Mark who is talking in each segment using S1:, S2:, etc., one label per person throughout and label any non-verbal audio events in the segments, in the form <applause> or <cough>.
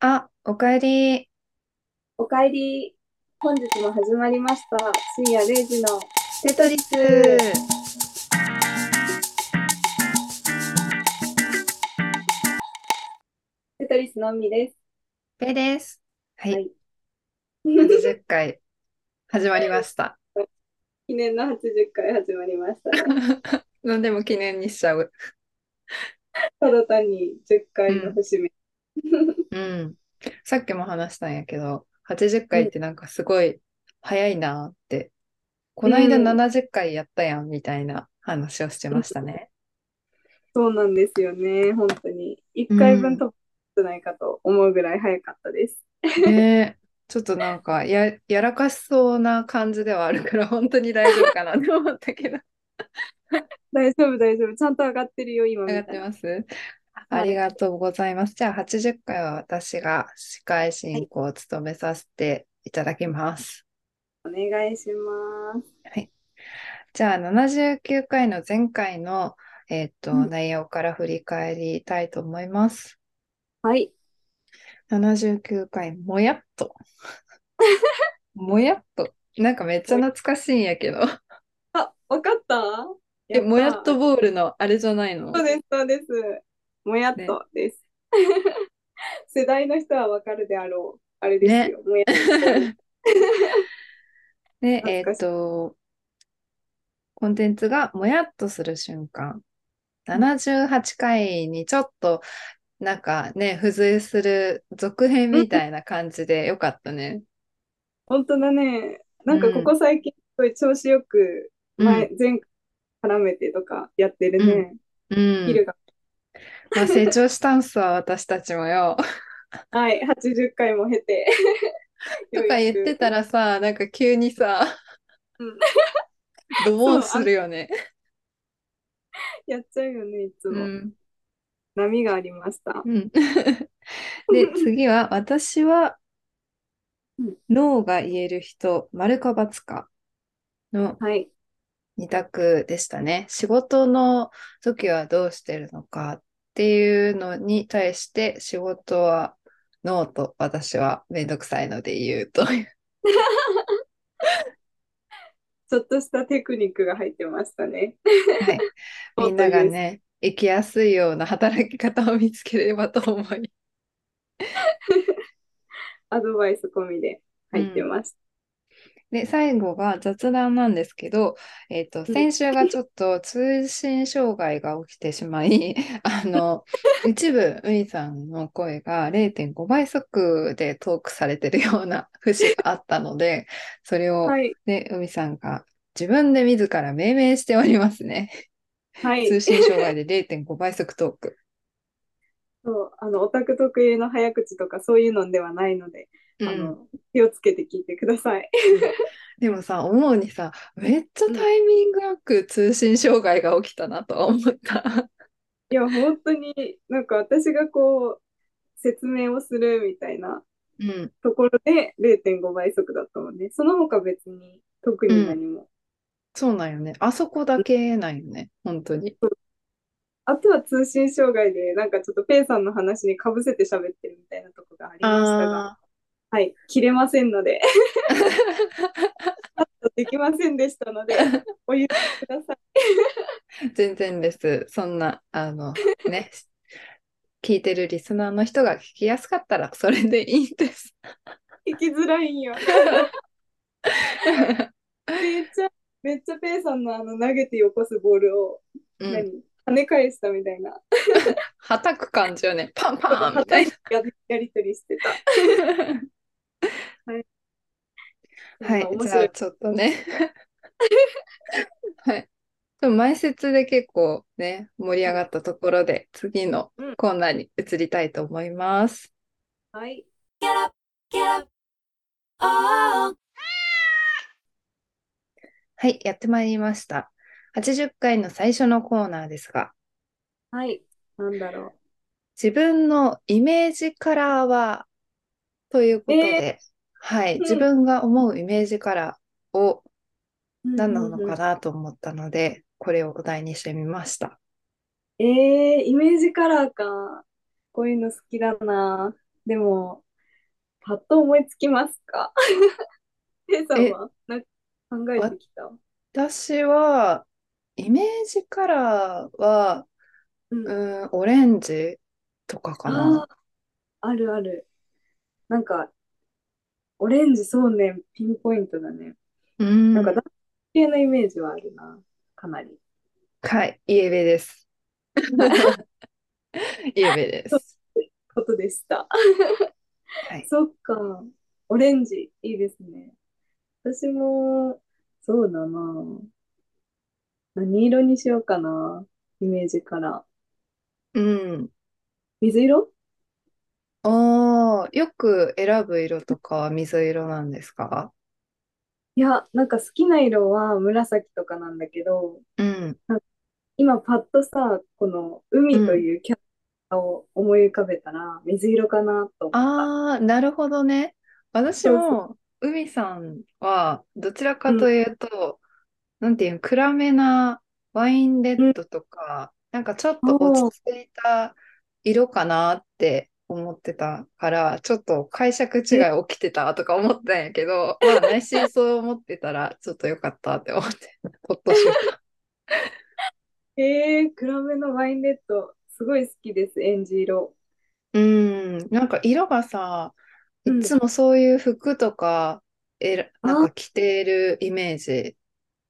S1: あ、おかえり。
S2: おかえり。本日も始まりました。深夜0時のテトリス。テトリスのみです。 <laughs>
S1: ペイです。は、
S2: はいい。
S1: 80回始まりました。
S2: 記念の80回始まりましたね。
S1: 何でも記念にしちゃう。
S2: ただ単に10
S1: う
S2: 回の
S1: ん、
S2: 節目。
S1: うん。さっきも話したんやけど、80
S2: う
S1: 回っ
S2: ん。
S1: てなんかすごい早いなって、こ
S2: う
S1: ないだ
S2: ん。
S1: 70回やったやんみたいな話をしてましたね。
S2: そうなんですよね。本当に。1
S1: う
S2: 回分
S1: ん。
S2: とも少ないかと思うぐらい早かったです。
S1: ねえ、ちょっとなんかや、やらかしそうな感じではあるから、本当に大丈夫かなって思ったけど。
S2: 大丈夫、大丈夫。ちゃんと上がってるよ、今
S1: 上が
S2: 見
S1: ったて
S2: ら。
S1: ますあ
S2: は
S1: り
S2: い。
S1: がとうございます。じゃあ、80回は私が司会
S2: は
S1: 進
S2: い。
S1: 行を務めさせていただきます。
S2: お願いします。
S1: はい。じゃあ、79回の前回の、えっ
S2: う
S1: と、
S2: ん。
S1: 内容から振り返りたいと思います。
S2: はい。
S1: 79回、もやっ
S2: <laughs>
S1: と。もやっと。なんかめっちゃ
S2: もう
S1: 懐かしいんやけど。
S2: あ、わかった
S1: え、
S2: やっ。
S1: もやったとボールのあれじゃない
S2: そう
S1: の
S2: です、そうです。もやっ
S1: ね。
S2: とです。世代の人はわかるであろう。あれです
S1: ね。
S2: よ。もやっ
S1: <laughs>
S2: とボール。
S1: で、え
S2: 懐
S1: っ
S2: かしい。
S1: と、コンテンツがもやっとする瞬間。
S2: うん。
S1: 78回にちょっとなんかね、付随する続編
S2: う
S1: み
S2: ん
S1: たいな感じでよかったね。
S2: 本当だね。
S1: う
S2: なんかこ
S1: ん、
S2: こ最近、すごい調子よく、
S1: うん、
S2: 前、前回絡めてとかやってる
S1: うん、
S2: ね。
S1: う
S2: ヒル
S1: ん。
S2: が。
S1: まあ成長したんすわ、私たちもよ。
S2: はい、80回も経て、よ
S1: <laughs> と
S2: う
S1: か
S2: や
S1: 言って
S2: く。
S1: たらさ、なんか急にさ、
S2: うん、
S1: ドボ
S2: そ
S1: ン
S2: う、あ
S1: す
S2: の、
S1: るよね。
S2: やっちゃうよね、いつ
S1: う
S2: も。
S1: ん、
S2: 波がありました。 <laughs>
S1: うん。で、次は、私は
S2: うん、
S1: 脳が言える人、丸か×かの
S2: はい。
S1: 二択でしたね。仕事の時はどうしてるのかっていうのに対して仕事はノーと私はめんどくさいので言うという。
S2: <laughs> ちょっとしたテクニックが入ってましたね。
S1: はい。み
S2: そ
S1: ん
S2: うと
S1: なが
S2: いう。
S1: ね、生きやすいような働き方を見つければと思い。
S2: アドバイス込みで
S1: う
S2: 入って
S1: ん。
S2: ます。
S1: で、最後が雑談なんですけど、えっと、
S2: うん。
S1: 先週がちょっと通信障害が起きてしまい、 <laughs> あの、一部、ウィさんの声が0.5倍速でトークされてるような <laughs> 節があったので、それを、
S2: はい。
S1: ね、ウィさんが自分で自ら命名しておりますね。
S2: は
S1: 通
S2: い。
S1: 信障害で0.5倍速トーク。
S2: そう、あの、オタク特有の早口とかそういうのではないので、
S1: う
S2: あ
S1: ん。
S2: の、気をつけて聞いてください。 <laughs>
S1: うん、でもさ、思うにさ、めっちゃ
S2: う
S1: タ
S2: ん。
S1: イミングよく通信障害が起きたなとは思った。
S2: いや、本当に、なんか私がこう、説明をするみたいな
S1: うん。
S2: ところで0.5倍速だったもんね。その他別に特
S1: う
S2: に
S1: ん。
S2: 何も。
S1: そうなんよね。あそこだけなんよね。本当に。
S2: あとは通信障害で、なんかちょっとペイさんの話にかぶせて喋ってるみたいなとこがありましたが、
S1: ああ。
S2: はい、切れませんの
S1: <laughs>
S2: で、 <laughs> できませんでしたので、お許しください。
S1: 全然です。そんな、あの、ね、 <laughs> 聞いてるリスナーの人が聞きやすかったらそれでいいんです。 <laughs>
S2: 聞きづらいんよ。めっちゃ、めっちゃペイさんのあの投げてよこすボールを、
S1: うん。
S2: 何跳ね返したみたいな、
S1: はたく感じよね。パン
S2: そう
S1: パン
S2: <laughs> は
S1: み
S2: た
S1: たい
S2: い
S1: な。
S2: や、やりとりしてた。はい、そ
S1: <laughs>
S2: ん
S1: は。
S2: ない面
S1: じゃ
S2: 白
S1: あ
S2: い。
S1: ちょっとね。 <laughs> はい。でも前説で結構ね、盛り
S2: う
S1: 上が
S2: ん、
S1: ったところで次の
S2: うん、
S1: コーナーに移りたいと思います。
S2: はい。
S1: はい、やってまいりました。80回の最初のコーナーですが、
S2: はい。なんだろ
S1: 自分のイメージカラーはという
S2: う。
S1: こと
S2: え
S1: で、はい、自
S2: ー、
S1: 分が思うイメージカラーを
S2: うん、う、
S1: 何なんの
S2: うん、う
S1: か
S2: ん。
S1: なと思ったので、これをお題にしてみました。
S2: えー、イメージカラーか。こういうの好きだな。でも、パッと思いつきますか <laughs> ペイさんはなんか考えてきた。
S1: 私は、イメージカラーは、
S2: うん
S1: うん、オレンジとかかな。
S2: ああ、あるある。なんか、オレンジ、そうね、ピンポイントだね。
S1: うん、
S2: なんか、男性のイメージはあるな、かなり。
S1: はい、イエベ
S2: <laughs>
S1: です。イエベです。
S2: ことでした。
S1: はい。
S2: そっか、オレンジ、いいですね。私も、そうだな。何色にしようかな、イメージから。
S1: うん。
S2: 水色
S1: ああ、よく選ぶ色とかは水色なんですか
S2: いや、なんか好きな色は紫とかなんだけど、
S1: うん。
S2: 今パッとさ、この海というキャラを思い浮かべたら、水色かなと思った。
S1: ああ、なるほどね。私も、海さんは、どちらかというと、なんていうの、暗めなワインレッドとか、なんかちょっと落ち着いた色かなって思ってたから、ちょっと解釈違い起きてたとか思ったんやけど、まあ内心そう思ってたら、ちょっとよかったって思って、ほっとしました。
S2: えー、暗めのワインレッド、すごい好きです、エンジ色。
S1: うん、なんか色がさ、
S2: う
S1: い
S2: ん
S1: つもそういう服とか、えら、
S2: あ
S1: なんか着ているイメージ。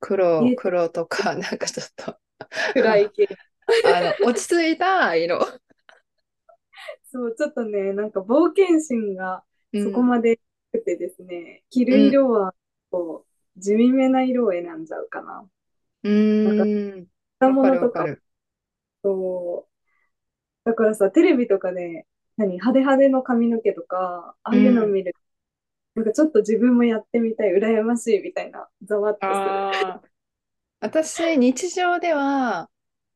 S1: 黒、
S2: え
S1: 黒とか、 <laughs> なんかちょっと、
S2: 暗い
S1: <laughs>
S2: 系。
S1: あの、落ち着いた色。
S2: そう、ちょっとね、なんか冒険心がそこまでなくてですね、着
S1: うん
S2: る色は、こう、地味めな色を選んじゃうかな。
S1: うん、うん、
S2: 果物
S1: わ
S2: と
S1: か
S2: か、
S1: る
S2: そう。だからさ、テレビとかで、何、派手派手の髪の毛とか、ああいうのを見る。なんかちょっと自分もやってみたい、羨ましいみたいな、ざわっと
S1: わ
S2: する。
S1: かる。あー私、日常では、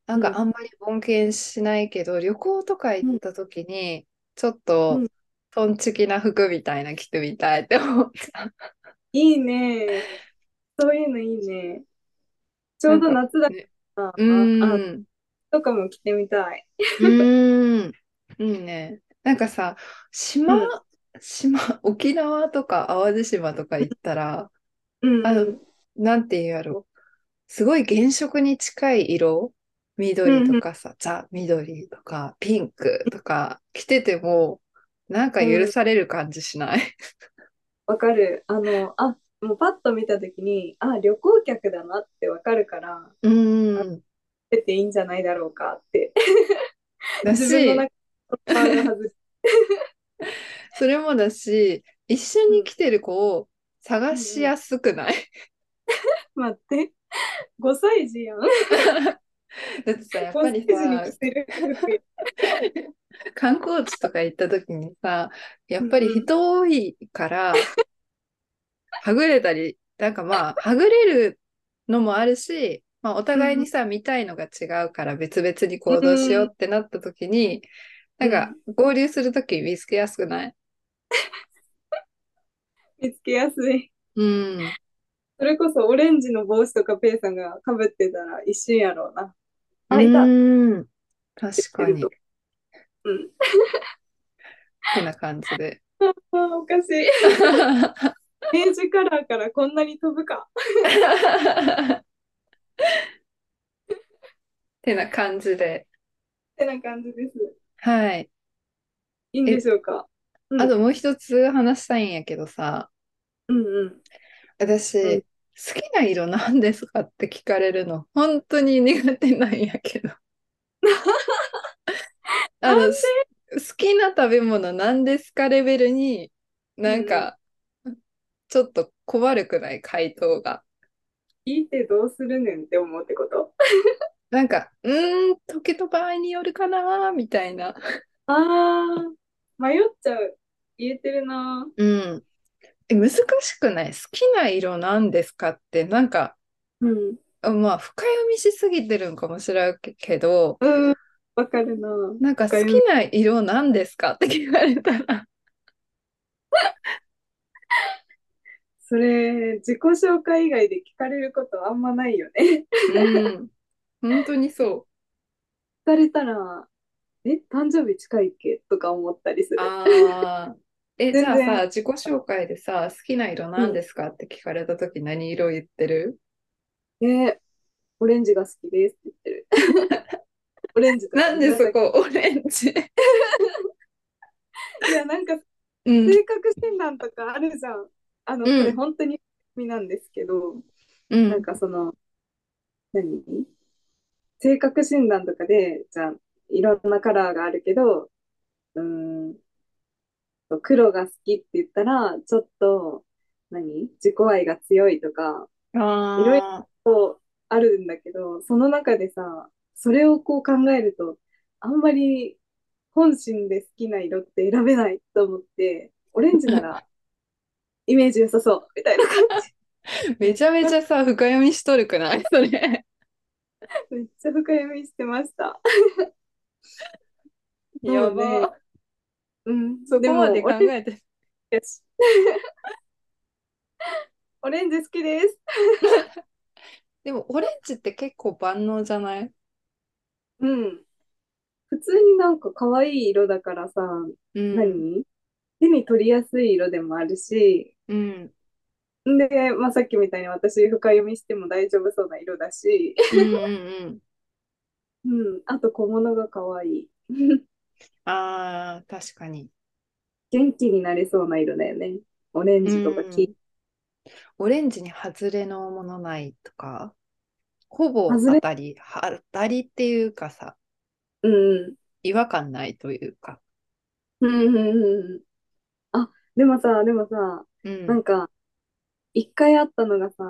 S1: なん
S2: うん
S1: かあんまり冒険しないけど、旅行とか行った時に、ちょっと
S2: うん、
S1: トンチキな服みたいな着てみたいって思った。
S2: いいね。そういうのいいね。ちょうど夏だから、
S1: う
S2: ああ
S1: ん。
S2: とかも着てみたい。
S1: うーん、いいね。なんかさ、島、
S2: うん
S1: 島、沖縄とか淡路島とか行ったら、
S2: うん
S1: あの、なんて言うやろう。すごい原色に近い色、緑とかさ、ザ、緑とか、ピンクとか着てても、なんか許される感じしない。
S2: わかる。あの、あ、もうパッと見たときに、あ、旅行客だなってわかるから、
S1: うーん。
S2: 出ていいんじゃないだろうかって。
S1: だ
S2: 自分の
S1: し、
S2: 中のハードル外れ
S1: それもだし、一緒に来てる子を探しやすくない <laughs>
S2: 待って。5歳児やん。
S1: だってさ、やっ
S2: 5
S1: ぱ
S2: 歳
S1: り
S2: 児
S1: さ
S2: に、着てる
S1: 観光地とか行った時にさ、やっぱり人多いから、はぐれたり、なんかまあ、はぐれるのもあるし、まあ、お互いにさ、見たいのが違うから別々に行動しようってなった時に、
S2: うん
S1: なんか合流する時見つけやすくない
S2: 見つけやすい。
S1: うん。
S2: それこそオレンジの帽子とかペイさんがかぶってたら一瞬やろうな。あ、いた。
S1: うん。確かに。
S2: うん。
S1: こんな感じ <laughs> で。
S2: あー、おかしい。ページカラーからこんなに飛ぶか。
S1: てな感じで。
S2: ってな感じです。
S1: はい。
S2: いいんでしょうか。うん
S1: あともう一つ話したいんやけどさ、
S2: うんうん。
S1: 私、
S2: うん
S1: 好きな色なんですかって聞かれるの、本当に苦手なんやけ
S2: <laughs>
S1: ど。あ
S2: なん
S1: の、
S2: です
S1: 好きな食べ物なんですかレベルに、なんか、ちょっと小悪くない回答が。
S2: 聞いてどうするねんって思うってこと
S1: なんか、うーん、時と場合によるかな、みたいな。
S2: あー、迷っちゃう。言えてるな。
S1: うん。え、難しくない好きな色なんですかって、なんか、
S2: うん。
S1: あまあ、深読みしすぎてるんかもしれんけど、
S2: うん。わかるな。
S1: なんか好きな色なんですかって聞かれたら、
S2: それ、自己紹介以外で聞かれることあんまないよね。
S1: うん、本当にそ
S2: 聞かれたら、ええ、誕生日近いっけとか思ったりす
S1: <laughs>
S2: る。
S1: ああ。え、じ
S2: 全
S1: ゃあ
S2: 然
S1: さ、自己紹介でさ、好きな色何ですかって聞かれたとき何色言ってる
S2: え、オレンジが好きですって言ってる。 <laughs> オレンジとか
S1: なんでそ
S2: 紫
S1: こオレンジ
S2: いや、なんか
S1: <laughs> うん、
S2: 性格診断とかあるじゃん。あの、こ
S1: うん
S2: れ本当に意味なんですけど、
S1: う
S2: なん
S1: ん、
S2: かその、何性格診断とかで、じゃあ、いろんなカラーがあるけど、うーん、黒が好きって言ったら、ちょっと、何自己愛が強いとか、いろい
S1: あ
S2: ろあるんだけど、その中でさ、それをこう考えると、あんまり本心で好きな色って選べないと思って、オレンジ
S1: <laughs>
S2: ならイメージ良さそう、みたいな感じ。
S1: ーめちゃめちゃさ、深読みしとるくないそれ。
S2: めっちゃ深読みしてました。そう
S1: <laughs> や
S2: ね
S1: ば。
S2: うん、
S1: そこまで
S2: も
S1: 考
S2: オレ
S1: え
S2: ン
S1: て。
S2: ジやしオレンジ好きです。
S1: でも、オレンジって結構万能じゃない
S2: うん。普通になんか可愛い色だからさ、
S1: うん、
S2: 何手に取りやすい色でもあるし、
S1: <laughs> うん、
S2: で、まあ、さっきみたいに私深読みしても大丈夫そうな色だし、
S1: うん、うん、うん。
S2: うん、あと小物が可愛い。
S1: ああ、確かに。
S2: 元気になれそうな色だよね。オレンジとか
S1: うん
S2: 黄
S1: オレンジに外れのものないとか、ほぼ
S2: 外れ
S1: 当たり、当たりっていうかさ、
S2: うん
S1: 違和感ないというか。
S2: うんうんうんうん。あ、でもさ、でもさ、
S1: う
S2: なん
S1: ん、
S2: か、一回あったのがさ、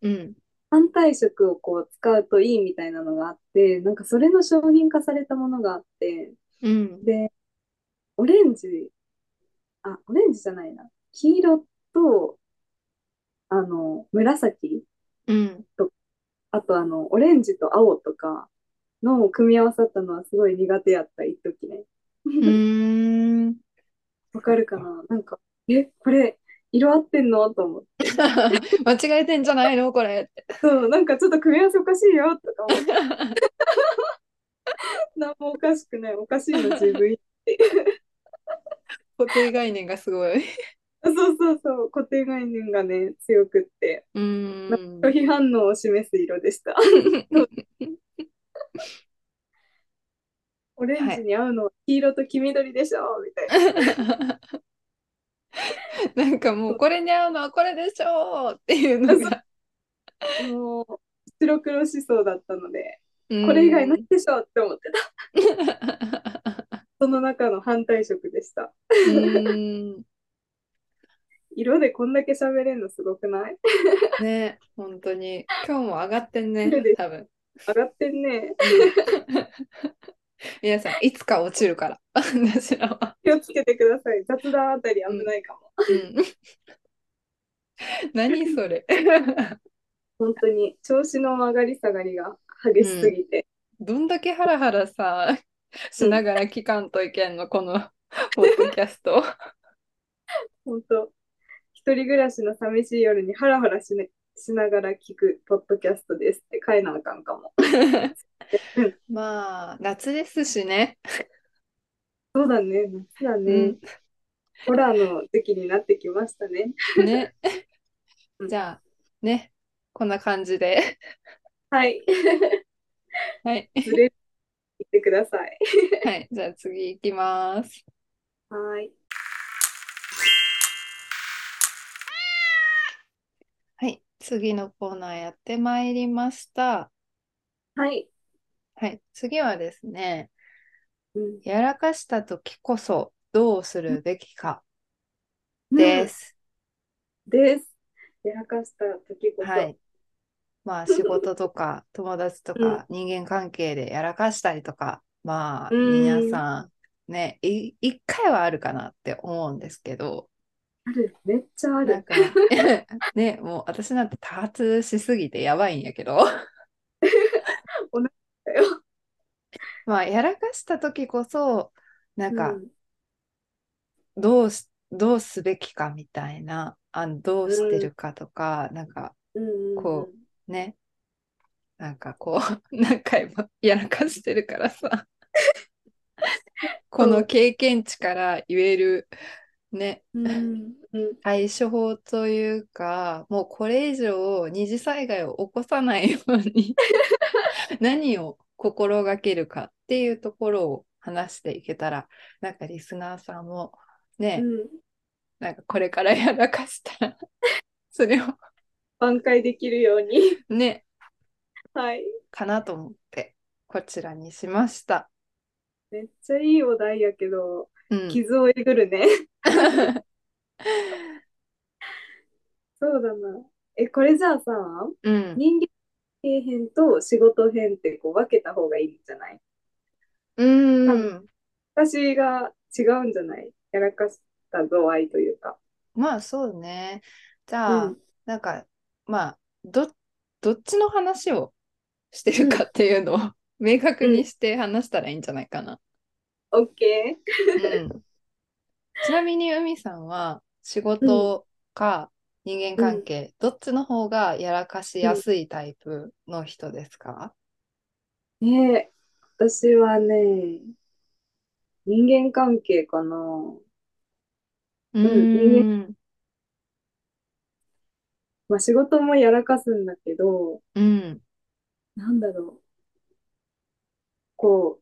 S1: うん。
S2: 反対色をこう使うといいみたいなのがあって、なんかそれの商品化されたものがあって、
S1: うん、
S2: で、オレンジ、あ、オレンジじゃないな。黄色と、あの、紫
S1: うん。
S2: あとあの、オレンジと青とかの組み合わさったのはすごい苦手やった、一時ね。
S1: うーん。 <laughs>
S2: わかるかななんか、え、これ、色合ってんのと思って。
S1: 間違えてんじゃないのこれって。
S2: そう、なんかちょっと組み合わせおかしいよとか思って、なんもおかしくない、おかしいの自分。
S1: 固定概念がすごい。
S2: そうそうそう、固定概念がね、強くって、
S1: うーん。 <laughs>
S2: 拒否反応を示す色でした。オレンジに合うのは黄色と黄緑でしょみたいな。
S1: なんかもうこれに合うのはこれでしょうっていうのが。
S2: もう、白黒思想だったので、
S1: うん
S2: これ以外ないでしょって思ってた。その中の反対色でした。
S1: うん。
S2: 色でこんだけ喋れるのすごくない <laughs>
S1: ね、本当に。今日も上がってんね
S2: そうで、す
S1: 多分。
S2: 上がってんね。
S1: 皆さん、いつか落ちるから。 <laughs> 私らは。
S2: 気をつけてください。雑談あたり危ないかも。
S1: うん何それ。
S2: 本当に調子の上がり下がりが激しすぎて。
S1: どんだけハラハラさ、しながら聞かんといけんの、このポッドキャスト。
S2: 本当。一人暮らしの寂しい夜にハラハラし,、ね、しながら聞くポッドキャストですって書いなあかんかも。うん
S1: まあ、夏ですしね。
S2: そうだね。夏だね。
S1: うん
S2: ホラーの時期になってきましたね。
S1: ね。
S2: うん
S1: じゃあ、ね。こんな感じで。
S2: はい。
S1: はい。
S2: ずれ言ってください。
S1: はい。じゃあ次行きます。
S2: はい。
S1: はい。次のコーナーやってまいりました。
S2: はい。
S1: はい。次はですね、
S2: うん
S1: やらかした時こそどうするべきかです。
S2: です。やらかした時こそ。
S1: はい。まあ仕事とか友達とか人間関係でやらかしたりとか、まあ
S2: うん
S1: 皆さんね、い一回はあるかなって思うんですけど、
S2: ある。めっちゃあ
S1: なん
S2: る。
S1: か <laughs> ね、もう私なんて多発しすぎてやばいんやけど、 <laughs>
S2: だよ。
S1: まあやらかした時こそ、なんか
S2: うん
S1: どうし、どうすべきかみたいな、あのどうしてるかとか、なんか
S2: うん
S1: こね、 <laughs>
S2: <laughs>
S1: なんかこう、何回もやらかしてるからさ、この経験値から言える、ね、
S2: うんうん
S1: 対処法というか、もうこれ以上二次災害を起こさないよう
S2: <laughs>
S1: に何を心がけるかっていうところを話していけたら、なんかリスナーさんも <laughs> ね、
S2: うん
S1: なんかこれからやらかしたらそれを
S2: 挽回できるように <laughs>
S1: ね、
S2: はい
S1: かなと思ってこちらにしました。
S2: めっちゃいいお題やけど
S1: うん、
S2: 傷をえぐる
S1: <laughs>
S2: ねそうだなえこれじゃあさ
S1: うん、
S2: 人間関係編と仕事編ってこう分けた方がいいんじゃない
S1: うん、
S2: 私が違うんじゃないやらかした度合いというか
S1: まあそうね。じゃあ、
S2: うん
S1: なんか、まあ、ど、どっちの話をしてるかっていうのを明確にして話したらいいんじゃないかな。
S2: OK
S1: うん、ちなみに海さんは仕事か人間関係、どっちの方がやらかしやすいタイプの人ですか、
S2: ねえ私はね人間関係かな
S1: うん
S2: うんまあ仕事もやらかすんだけど
S1: うん、
S2: なんだろうこ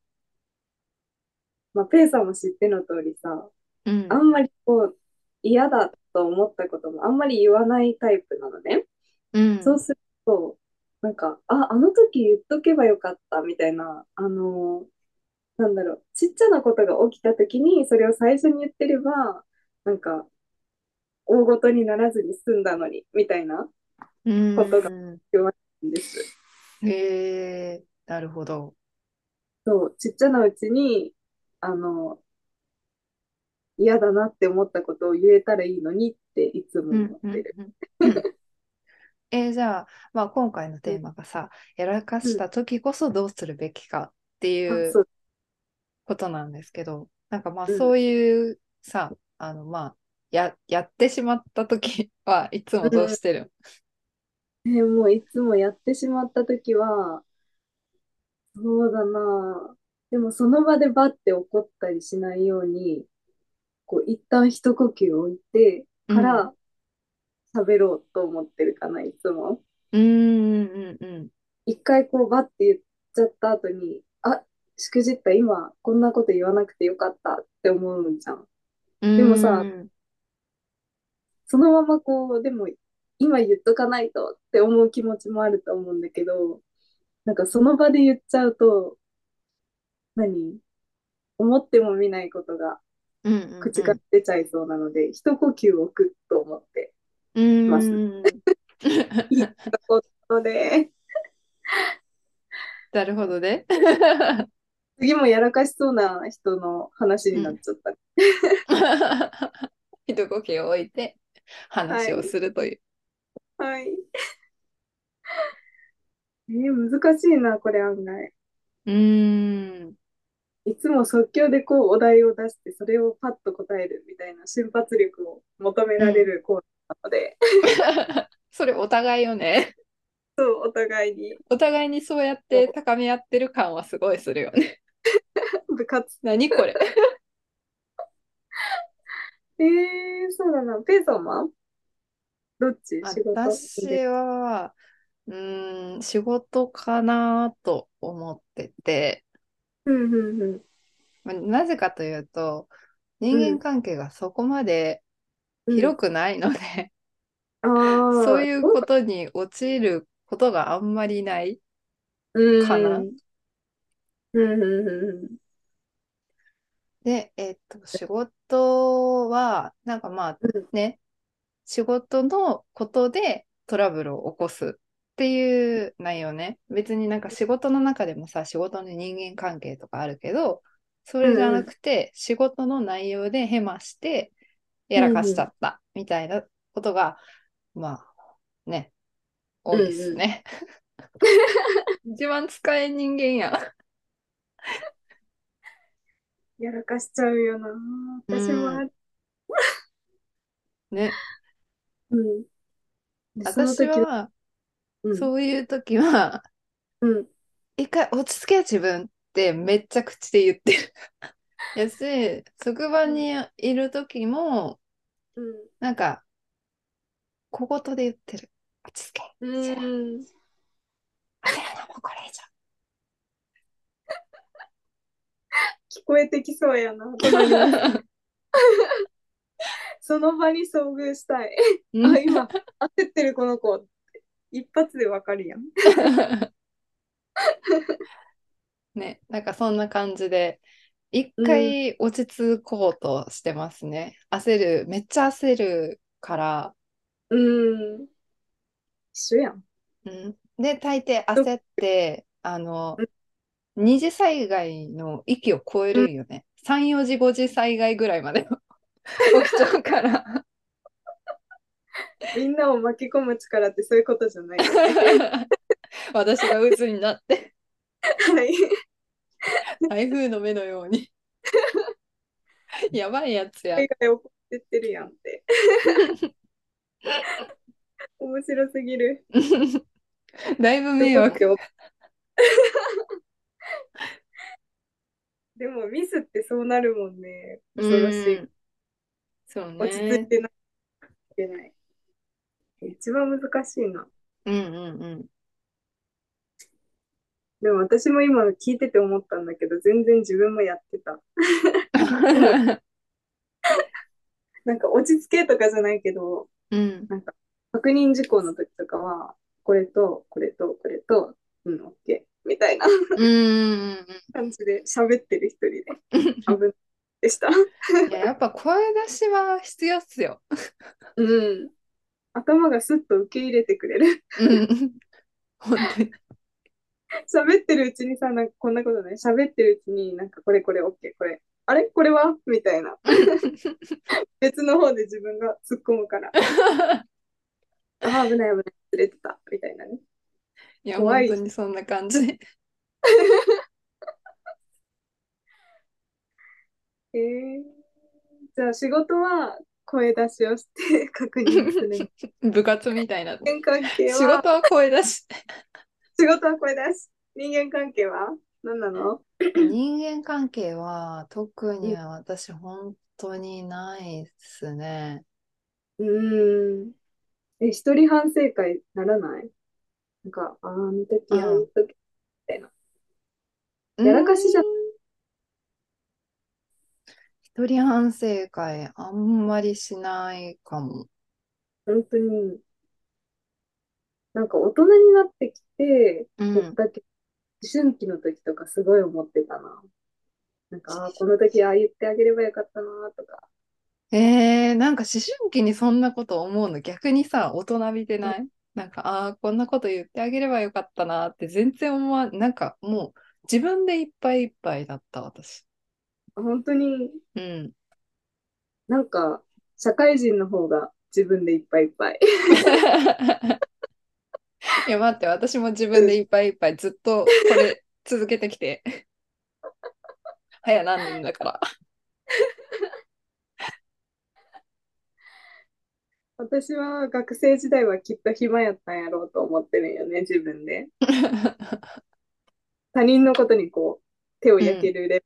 S2: うまあペイさんも知っての通りさ
S1: うん
S2: あんまりこう嫌だと思ったこともあんまり言わないタイプなのね。
S1: うん、
S2: そうすると、なんか、あ、あの時言っとけばよかったみたいな、あのーなんだろう、ちっちゃなことが起きた時に、それを最初に言ってれば、なんか、大ごとにならずに済んだのに、みたいな
S1: うん
S2: ことがんです。
S1: へえなるほど。
S2: そう、ちっちゃなうちに、あの嫌だなって思ったことを言えたらいいのにっていつも
S1: うん
S2: 思ってる。
S1: うんうんうんえーじゃあ、まあ、今回のテーマがさ、やらかした時こそどうするべきかってい
S2: あ、
S1: う
S2: そう。
S1: ことなんですけど、なんかまあ
S2: うん
S1: そういうさ、あのまあや、やってしまった時 <laughs> はいつもどうしてる
S2: えーもういつもやってしまった時は、そうだなあでもその場でバッて怒ったりしないように、こう一旦一呼吸置いてか
S1: うん
S2: ら喋ろうと思ってるかな、いつも。
S1: うんうんうん
S2: 一回こうバッて言っちゃった後に、あ、しくじった今こんなこと言わなくてよかったって思うんじゃん。
S1: うん。
S2: でもさ
S1: うん
S2: そのままこう、でも今言っとかないとって思う気持ちもあると思うんだけど、なんかその場で言っちゃうと、何思っても見ないことが
S1: うんうんうん、
S2: 口から出ちゃいそうなので、一呼吸置くと思って。
S1: うんうんうん。 <laughs>
S2: ので、
S1: なるほどね。 <laughs>
S2: 次もやらかしそうな人の話になっちゃった。
S1: 一呼吸を置いて話をするという。
S2: はい。えー難しいな、これ案外。
S1: うん。
S2: いつも即興でこうお題を出して、それをパッと答えるみたいな瞬発力を求められるコーナーなので、
S1: <laughs> それお互いよね。
S2: そう、お互いに
S1: お互いにそうやって高め合ってる感はすごいするよね。 <laughs>
S2: 部活。
S1: 何これ。 <laughs>
S2: えー、そうだな。ペイさんはどっち仕事
S1: 私は、うーん、仕事かなと思ってて、
S2: うんうんうん。
S1: まなぜかというと、人間関係がそこまで広くないので、
S2: あー
S1: そういうことに陥ることがあんまりない。
S2: うん
S1: かな
S2: うんうんうん
S1: で、えっと、仕事は、なんかまあ
S2: うん
S1: ね、仕事のことでトラブルを起こすっていう内容ね。別になんか仕事の中でもさ、仕事の人間関係とかあるけど、それじゃなくて、仕事の内容でヘマして、やらかしちゃったみたいなことが、まあね、多いですね。 <laughs> 一番使えん人間や。
S2: <laughs> やらかしちゃうよな。私もある。
S1: ね、
S2: うん。でその
S1: 私
S2: 時
S1: は、
S2: うん
S1: そういう時は、
S2: うん。
S1: 一回落ち着け自分ってめっちゃ口で言ってる。 <laughs> やし、職場にいる時も、
S2: うん。
S1: なんか、小言で言ってる。落ち着け。
S2: うん。
S1: 焦らないもうこれ以上。
S2: 聞こえてきそうやな。隣の人その場に遭遇したい。 <laughs> あ、今、焦ってるこの子。一発でわかるやん。
S1: <laughs> ね、なんかそんな感じで、一回落ち着こうとしてますね。焦る、めっちゃ焦るから、
S2: うん。一緒やん。
S1: うん、で、大抵焦って、あの、二次災害の域を超えるんよね。3、4時、5時災害ぐらいまで
S2: <laughs>
S1: 起きちゃうから。 <laughs>
S2: みんなを巻き込む力ってそういうことじゃないよね。
S1: 私が鬱になって、
S2: はい。
S1: 台風の目のように。やばいやつや。
S2: 海外怒ってってるやん <laughs> って。面白すぎる。
S1: だいぶ迷惑。
S2: <laughs> でもミスってそうなるもんね。恐ろしい。
S1: うん。そうね。
S2: 落ち着いてない。いけない。一番難しいな。
S1: うんうんうん。
S2: でも私も今の聞いてて思ったんだけど、全然自分もやってた。なんか落ち着けとかじゃないけど、 <laughs>
S1: うん
S2: 確認事項の時とかは、これと、これと、これと、うん、OK。みたいな
S1: うんうん
S2: 感じで喋ってる一人で。
S1: うん
S2: 危ないでした。
S1: いややっぱ声出しは必要っすよ。
S2: うん。頭がスッと受け入れてくれる。
S1: うん本当に。
S2: 喋ってるうちにさ、なんかこんなことね、喋ってるうちに、なんかこれこれ OK、これ。あれこれはみたいな。
S1: <laughs>
S2: 別の方で自分が突っ込むから。ああ、危ない危ない。釣れてた。みたいなね。
S1: いや、
S2: 怖
S1: 本
S2: い
S1: 当にそんな感じ <laughs> で。
S2: へえじゃあ仕事は声出しをして確認する。
S1: 部活みたいな。
S2: 人間関係
S1: 仕
S2: は
S1: 事は声出し。
S2: 仕事は声出し。人間関係は何なの
S1: 人間関係は特には私本当にないっすね。
S2: うーん。え、一人反省会ならないなんか、あーあの時、あ
S1: うん
S2: の時、やらかしじゃ
S1: うん一人反省会あんまりしないかも。
S2: 本当に、なんか大人になってきて、
S1: う
S2: だ
S1: ん。
S2: け思春期の時とかすごい思ってたな。なんか、あーこの時、ああ言ってあげればよかったなとか。
S1: えー、なんか思春期にそんなこと思うの逆にさ、大人びてないなんか、ああー、こんなこと言ってあげればよかったなって全然思わん、なんかもう自分でいっぱいいっぱいだった私。
S2: 本当に
S1: うん。 <laughs>
S2: なんか、社会人の方が自分でいっぱいいっぱい。 <laughs>
S1: いや、待って、私も自分でいっぱいいっぱいずっとこれ続けてきて。 <laughs> 早何年だから。
S2: 私は学生時代はきっと暇やったんやろうと思ってるんよね、自分で。他人のことにこう手を焼けるレベル、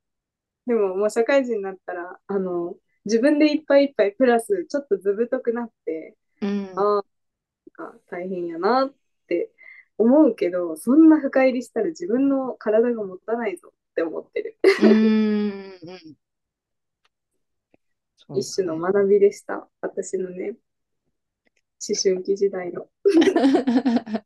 S2: でももう社会人になったらあの自分でいっぱいいっぱいプラスちょっとずぶとくなって
S1: <laughs> うん
S2: ああなんか大変やなって思うけどそんな深入りしたら自分の体が持たないぞって思ってる
S1: うーんそう
S2: 一種の
S1: だ
S2: 学びでした私のね思春期時代の
S1: ね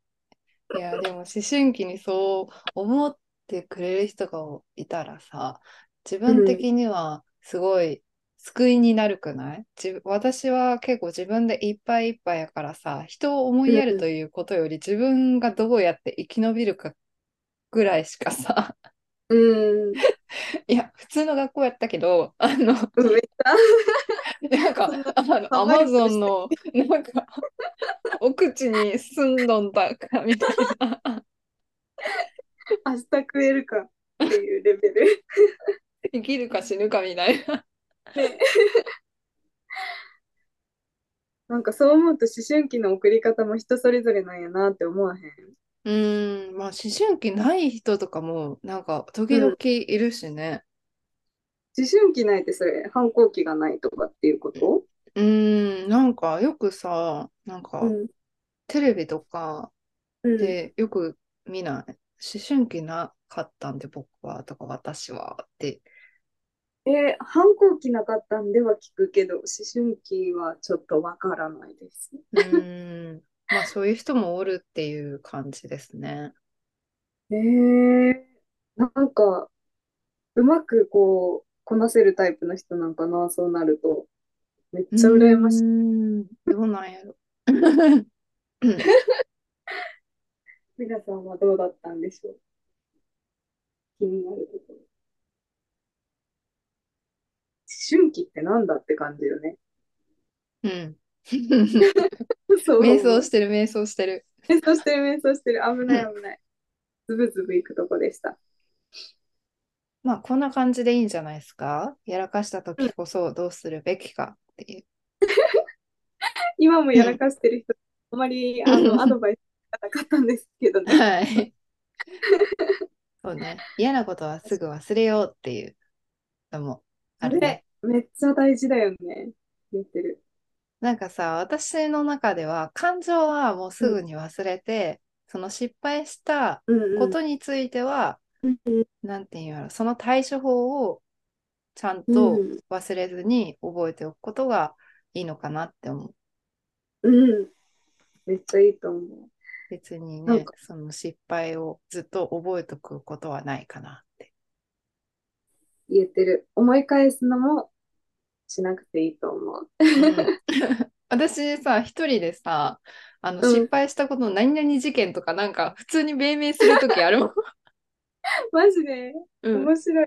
S1: いやでも思春期にそう思ってくれる人がいたらさ自分的にはすごい救いになるくない、自私は結構自分でいっぱいいっぱいやからさ人を思いやるということより自分がどうやって生き延びるかぐらいしかさ
S2: うん
S1: いや普通の学校やったけどあの
S2: めっちゃ
S1: なんか、あの、ア
S2: あんま
S1: マ
S2: り
S1: ゾンの、なんか、奥地に住んどんだか、みたいな。
S2: 明日食えるかっていうレベル <laughs>
S1: 生きるか死ぬかみたいな。
S2: ねなんかそう思うと思春期の送り方も人それぞれなんやなって思わへん。
S1: うーん、まあ、思春期ない人とかも、なんか、時々いるしね。
S2: 思春期ないってそれ、反抗期がないとかっていうこと
S1: うーん、なんかよくさ、なんか
S2: うん。
S1: テレビとか
S2: うん
S1: でよく見ない。思春期なかったんで僕はとか私はって。
S2: えー反抗期なかったんでは聞くけど、思春期はちょっとわからないです。
S1: うーん、まあそういう人もおるっていう感じですね。
S2: えー、なんか、うまくこう、こなせるタイプの人なんかな、そうなると。めっちゃ羨ましい。
S1: うーん、どうなんやろ。うん
S2: 皆さんはどうだったんでしょう気になるところ。思春期ってなんだって感じ
S1: <laughs>
S2: よね。 <laughs>
S1: うん。
S2: そう思う
S1: 瞑想してる、瞑想してる。
S2: 瞑想してる、瞑想してる。危ない、危ない。ズブズブいくとこでした。
S1: まあこんな感じでいいんじゃないですか。やらかした時こそどうするべきかっていう。
S2: 今もやらかしてる人、あまりあのアドバイスがなかったんですけどね。
S1: はい。 <laughs> そうね。嫌なことはすぐ忘れようっていうのもあるね。
S2: めっちゃ大事だよね。言ってる。
S1: なんかさ、私の中では感情はもうすぐに忘れて、その失敗した
S2: うん
S1: ことについては、
S2: うん
S1: なんていうんやろ、その対処法をちゃん
S2: う
S1: と
S2: ん
S1: 忘れずに覚えておくことがいいのかなって思う。
S2: うん。めっちゃいいと思う。
S1: 別に
S2: な
S1: ね
S2: んか、
S1: その失敗をずっと覚えておくことはないかなって。
S2: 言ってる。思い返すのもしなくていいと思う。
S1: <laughs> 私さ、一人でさ、あの、
S2: うん
S1: 失敗したことの何々事件とかなんか普通に命名するときある <laughs> もん。
S2: <laughs> マジで
S1: うん。
S2: 面白い。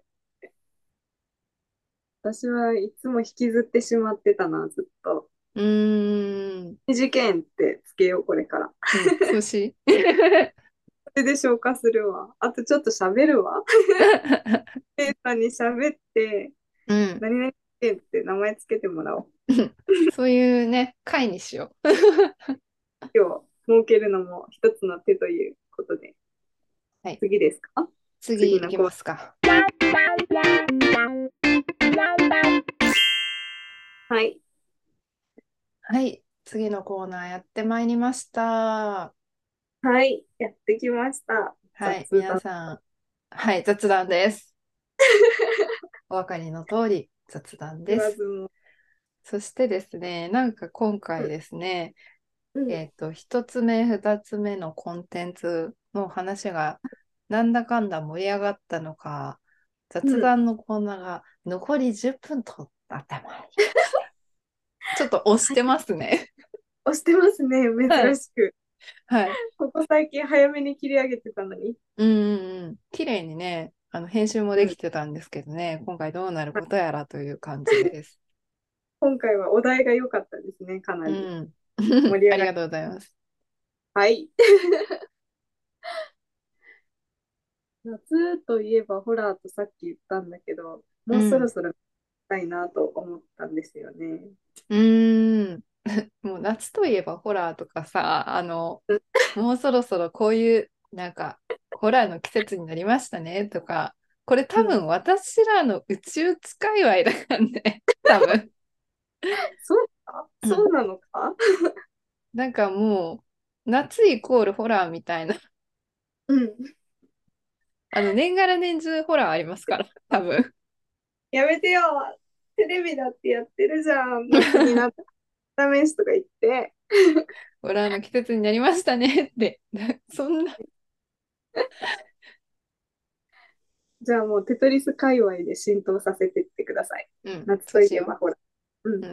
S2: 私はいつも引きずってしまってたな、ずっと。
S1: うー <laughs> ん。
S2: 事件ってつけよう、これから。
S1: うんそうし。
S2: それで消化するわ。あとちょっと喋る
S1: <laughs>
S2: わ。ペーさんに喋って、
S1: うん。
S2: 何々事件って名前つけてもらおう。
S1: そういうね、会にしよう。
S2: 今日設けるのも一つの手ということで。
S1: はい
S2: 次ですか
S1: 次いきますか。
S2: はい。
S1: はい。次のコーナーやってまいりました。
S2: はい。やってきました。
S1: はい。
S2: 雑談
S1: 皆さん。はい。雑談 <laughs> です。お分かりの通り、雑談
S2: 言
S1: で
S2: わ
S1: す
S2: ず。も。
S1: そしてですね、なんか今回ですね、
S2: うん
S1: えっと、一つ目、二つ目のコンテンツの話が、なんだかんだ盛り上がったのか、雑談のコーナーが残り10分と頭に。 <laughs> ちょっと押してますね。
S2: 押してますね、珍しく。
S1: はい。
S2: ここ最近早めに切り上げてたのに。
S1: うんうんうん。綺麗にね、あの、編集もできてたんですけどね、今回どうなることやらという感じです。
S2: 今回はお題が良かったですね、かな
S1: う
S2: り。
S1: ん。
S2: 盛り上が
S1: ありがとうございます。
S2: はい。 <laughs> 夏といえばホラーとさっき言ったんだけど、もうそろそろ見たいなと思ったんですよね。
S1: うーん。 <laughs> もう夏といえばホラーとかさ、あの、もうそろそろこういう、なんか、ホラーの季節になりましたねとか、これ多分私らの宇宙使い界隈だからね、 <laughs> 多分。
S2: そうか
S1: うん
S2: そうなのか、
S1: なんかもう、夏イコールホラーみたいな、
S2: うん、
S1: あの、年がら年中ホラーありますから、多分。
S2: やめてよテレビだってやってるじ
S1: <laughs>
S2: ゃん。夏になった試しとか言って。
S1: ホラーの季節になりましたねって、 <laughs> なそんな、
S2: じゃあもうテトリス界隈で浸透させてってください。
S1: うん、
S2: 夏といえ
S1: そうし
S2: ば
S1: よ
S2: ホラー。
S1: ううん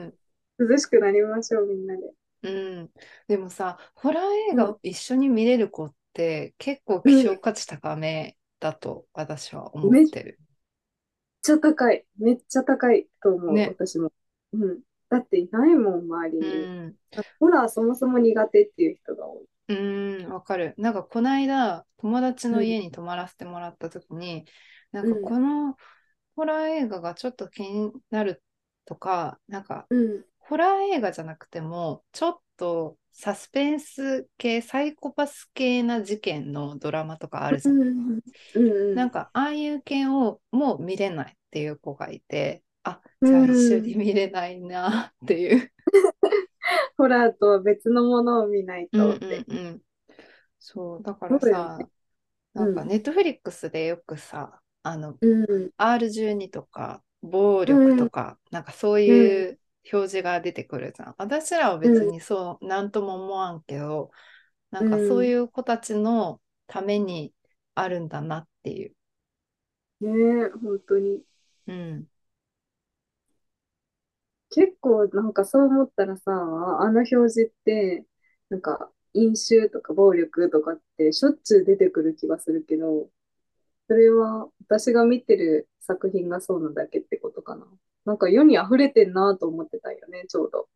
S2: うん、涼しくなりましょう、みんなで。
S1: うん、でもさ、ホラー映
S2: う
S1: 画を一緒に見れる子って結構希少価値高めだと私は思ってる。
S2: めっちゃ高い。めっちゃ高いと思う、
S1: ね
S2: 私も。うん。だっていないもん、周り
S1: う
S2: に。
S1: ん、
S2: ホラーそもそも苦手っていう人が多い。
S1: うん、わかる。なんかこないだ友達の家に泊まらせてもらった時に、なんか
S2: うん
S1: このホラー映画がちょっと気になるとか、なんか
S2: うん。
S1: ホラー映画じゃなくても、ちょっとサスペンス系、サイコパス系な事件のドラマとかあるじゃん
S2: うん。うん。
S1: なんかああいう系をもう見れないっっていう子がいて、あ、じゃあ一緒に見れないなっていう。
S2: ホラーとは別のものを見ないとって。
S1: うんうんうんそう、だから
S2: そうだよ
S1: さ、
S2: ね
S1: なんか
S2: うん
S1: ネットフリックスでよくさ、あの、
S2: うん、
S1: R12 とか暴力とか、なんかそういう表示が出てくるじゃん。私らは別にそう、なんとも思わんけど、なんかそういう子たちのためにあるんだなっていう。
S2: ねえ本当に。
S1: うん。
S2: 結構なんかそう思ったらさ、あの表示って、なんか飲酒とか暴力とかってしょっちゅう出てくる気がするけど、それは私が見てる作品がそうなだけってことかな。なんか世に溢れてんなと思ってたよね、ちょうど。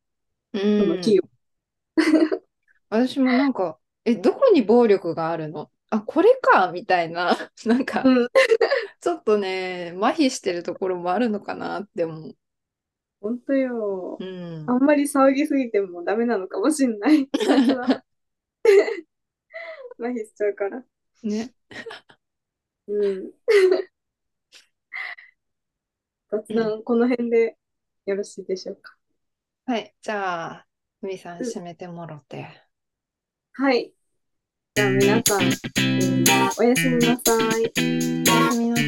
S1: うん
S2: その企業。
S1: 私もなんか、え、どこに暴力があるのあ、これかみたいな、 <laughs> なんか、
S2: うん
S1: ちょっとね、麻痺してるところもあるのかなって思う。
S2: 本当よ
S1: う。ん
S2: あ。んまり騒ぎすぎてもダメなのかもしんない。体 <laughs> は麻痺しちゃうから。
S1: ね。
S2: うん。雑談、この辺でよろしいでしょうか。
S1: はい。じゃあ、ふみさん、締めてもろて。
S2: はい。じゃあ皆さん、えーおやすみなさい。
S1: おやすみなさい。